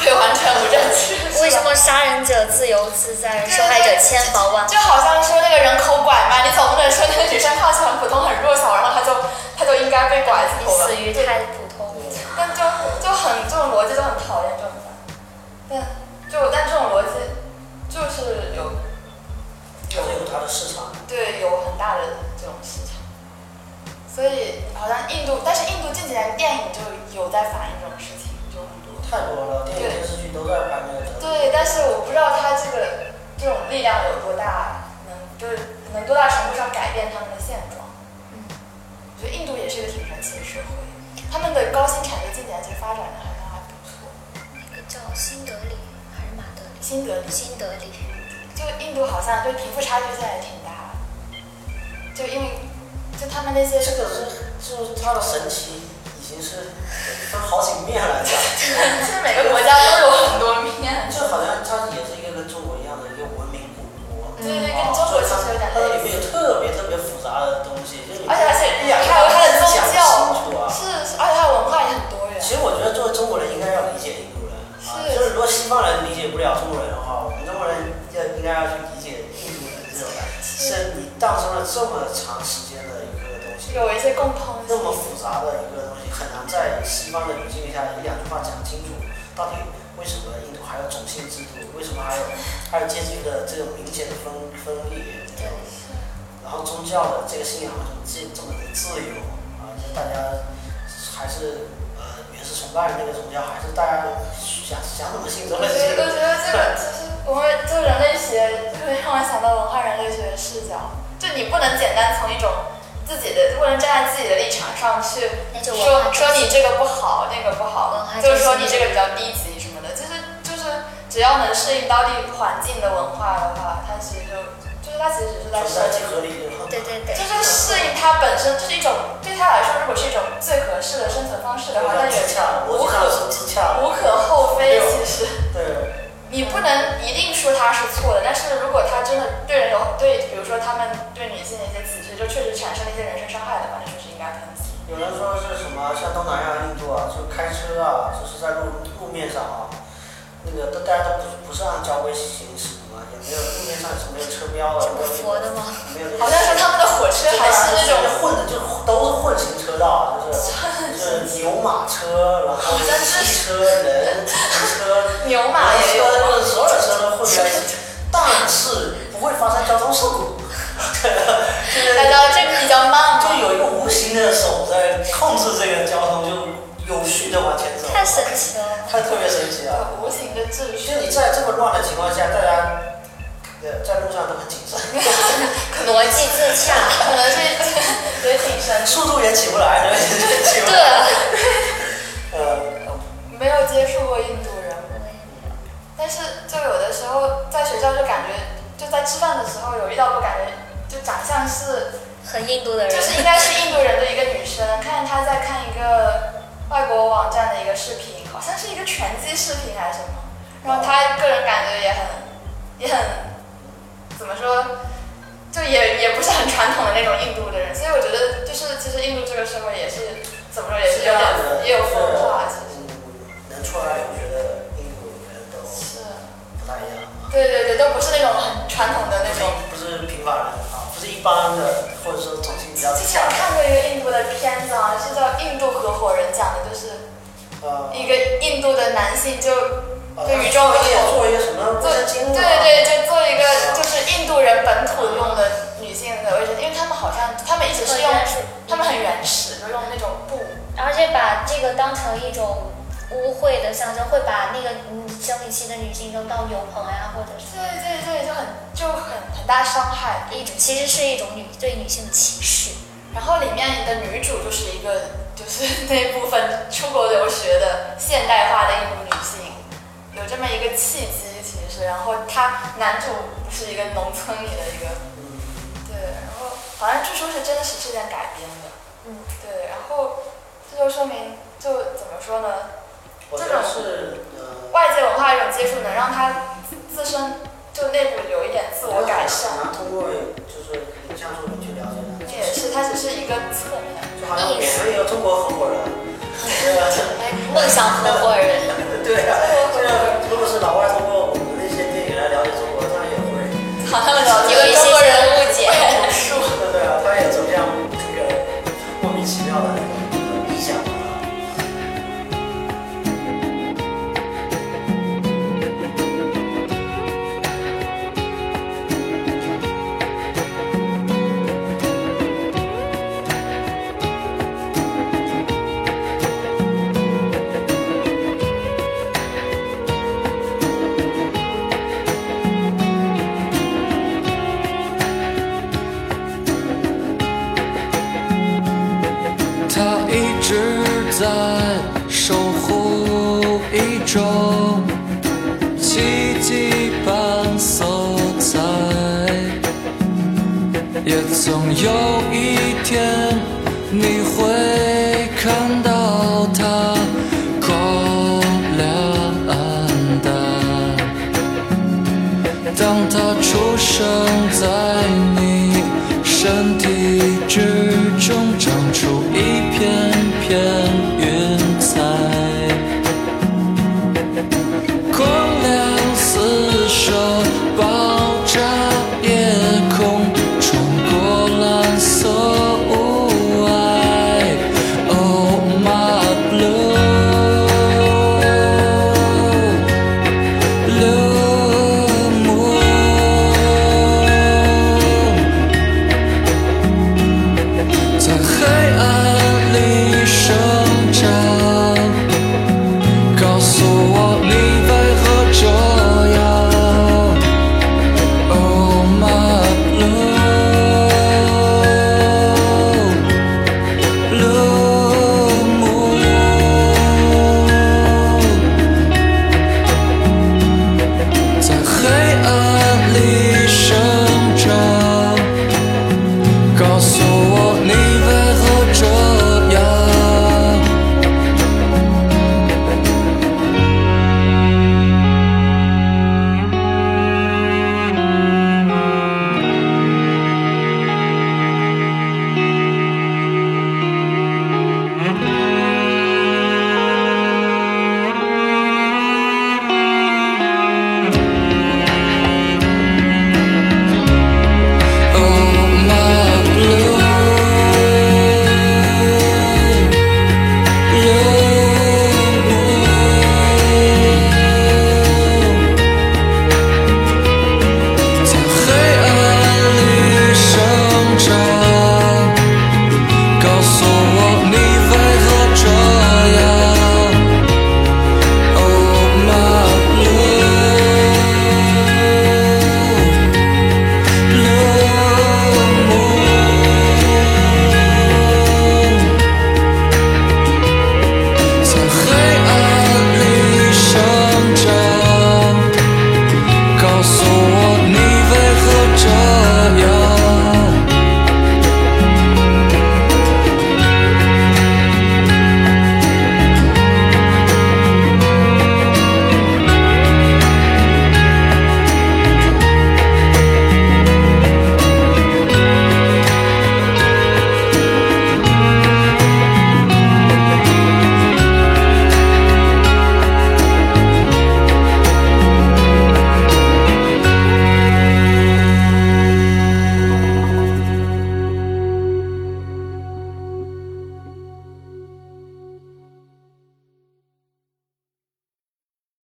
S3: 对，完全不正确。
S1: 为什
S3: 是吧
S1: 么杀人者自由自在，
S3: 对
S1: 受害者千防万？
S3: 就好像说那个人口拐卖，你总不能说那个女生看上去很普通、很弱小，然后她就她就应该被拐
S1: 你
S3: 走了。
S1: 死于
S3: 对
S1: 太普通。
S3: 但就就很这种逻辑就很讨厌这种人，但就但这种逻辑就是有
S2: 它是有它的市场。
S3: 对有很大的这种市场，好像印度，但是印度近几年电影就有在反映这种事情，就很多。
S2: 太多了，电影
S3: 对
S2: 电视剧都在拍那个角
S3: 对，但是我不知道他这个这种力量有多大，能就是能多大程度上改变他们的现状。
S1: 嗯，
S3: 我觉得印度也是一个挺神奇的社会，他们的高新产业近几年其实发展的好像还不错。
S1: 那个叫新德里还是马德里？
S3: 新德里，
S1: 新德里，
S3: 就印度好像对贫富差距现在也挺大的，就因为就他们那些
S2: 这个是就是它的神奇，已经是分好几面来讲。
S3: 其实每个国家都有很多面，
S2: 就好像它也是一个跟中国一样的一个文明古国，哦
S3: 对嗯对，跟中国其实有点
S2: 它
S3: 类
S2: 里面有
S3: 似。
S2: 特别特别复杂的东西，就你
S3: 而且而
S2: 一
S3: 且
S2: 眼
S3: 还有它的宗
S2: 讲不清楚
S3: 教，
S2: 啊。
S3: 是是而且它的文化也很多元。
S2: 其实我觉得作为中国人应该要理解印度人啊，
S3: 是
S2: 就是如果西方人理解不了中国人的话，我们中国人要应该要去理解印度人这种感觉，是你诞生了这么长时间的一个东西，
S3: 有一些共通
S2: 那
S3: 性。
S2: 么复杂的一个东西，很难在西方的语境下一两句话讲清楚，到底为什么印度还有种姓制度，为什么还有还有阶级的这种明显的分分裂，
S1: 对，
S2: 然后宗教的这个信仰为什么这这么的自由啊？就大家还是呃原始崇拜的那个宗教，还是大家想想怎么信怎
S3: 我
S2: 么
S3: 觉
S2: 信。
S3: 得，我觉得这个就是我们就人类学会让我想到文化人类学的视角，就你不能简单从一种自己的，不能站在自己的立场上去
S1: 那就文化
S3: 说说你这个不好，那个不
S1: 文
S3: 好
S1: 化，
S3: 就是
S1: 中
S3: 说
S1: 心
S3: 你这个比较低级什么的，就是就是只要能适应当地环境的文化的话，它其实就就是它其实只是在
S2: 存
S3: 适
S2: 在
S3: 应
S2: 即合理就好。
S1: 对对
S3: 就
S1: 对，
S3: 是适应它本身，就是一种对它来说，如果是一种最合适的生存方式的话，那也
S2: 自洽，
S3: 无
S2: 逻辑上
S3: 可
S2: 是自洽的。
S3: 无可厚非。其实
S2: 对，
S3: 你不能一定说它是错的，但是如果它真的对人有对，比如说他们对女性的一些歧视，就确实产生了一些人身伤害的话，那确实应该抨击。
S2: 有人说是什么像东南亚、印度啊，就开车啊，就是在路路面上啊，那个都大家都不不是按交规行驶的嘛，也没有路面上是没有车标的，没
S1: 这不
S2: 有
S1: 佛的吗？
S2: 没有那个
S3: 好像说他们的火车还是那种，
S2: 混的，就是都是混行车道，啊就是就是牛马车，然后汽车、人、汽车、
S3: 牛
S2: 马
S3: 马也有
S2: 车，就是所有车都混在一起，但是不会发生交通事故。
S3: 大家哎这个比较慢嘛
S2: 就。有一个无形的手在控制这个交通，就有序的往前走，
S1: 太神奇了。
S2: 它特别神奇啊！
S3: 无形的秩
S2: 其
S3: 序
S2: 实，你在这么乱的情况下，大家呃在路上都很谨 慎，
S1: 逻辑自洽，
S3: 可能是也挺神奇的。
S2: 速度也起不来，人 也起不来。
S3: 啊
S1: 对，
S2: 呃，
S3: 没有接触过印度人，但是就有的时候在学校就感觉，就在吃饭的时候有遇到过，感觉就长相是，
S1: 很印度的人，
S3: 就是应该是印度人的一个女生，看她在看一个外国网站的一个视频，好像是一个拳击视频还是什么，然后她个人感觉也很，也很，怎么说，就也也不是很传统的那种印度的人，所以我觉得就是其实印度这个社会也是怎么说也是有点也有分化，其实
S2: 呃嗯，能出来留学的印度人都
S3: 是。
S2: 不太一样啊，
S3: 对对对，都不是那种很传统的那种。
S2: 不是平凡人啊，不是一般的，或者说种姓比较
S3: 之前
S2: 强
S3: 看过一个印度的片子啊，是叫《印度合伙人》，讲的就是
S2: 呃，
S3: 一个印度的男性就
S2: 呃
S3: 对宇宙
S2: 他也做一个什么啊
S3: 做，
S2: 卫生巾
S3: 对对对，就做一个就是印度人本土用的女性的卫生巾，因为他们好像他们一直是用，他们很原始，就用那种布。
S1: 而且把这个当成一种污秽的象征，会把那个嗯生理期的女性扔到牛棚呀、或者是
S3: 对对对，就很就很很大伤害。
S1: 一种，其实是一种女对女性的歧视。
S3: 然后里面的女主就是一个就是 那部分出国留学的现代化的印度女性，有这么一个契机其实。然后她男主不是一个农村里的一个，
S2: 嗯
S3: 对，然后好像据说是真的是事件改编的，
S1: 嗯，
S3: 对，然后这就说明就怎么说呢，
S2: 我觉得是呃，
S3: 外界文化一种接触能让她自身就内部有一点自我改善，
S2: 然后通过就是影像作品去了解他，
S3: 这也是它只是一个侧面。
S2: 就好像我们有中国合伙人，对吧？
S1: 梦想合伙人，
S2: 对啊，就是如果是老外通过我们那些电影来啊了解中国，他们也会。
S3: 好像
S1: 有一些些误解。
S2: 对对啊，他也走向这个莫名其妙的那个理想啊。
S4: Thank 在守护一种奇迹般色彩。也总有一天，你会看到它光亮暗淡。当它出生在你身体之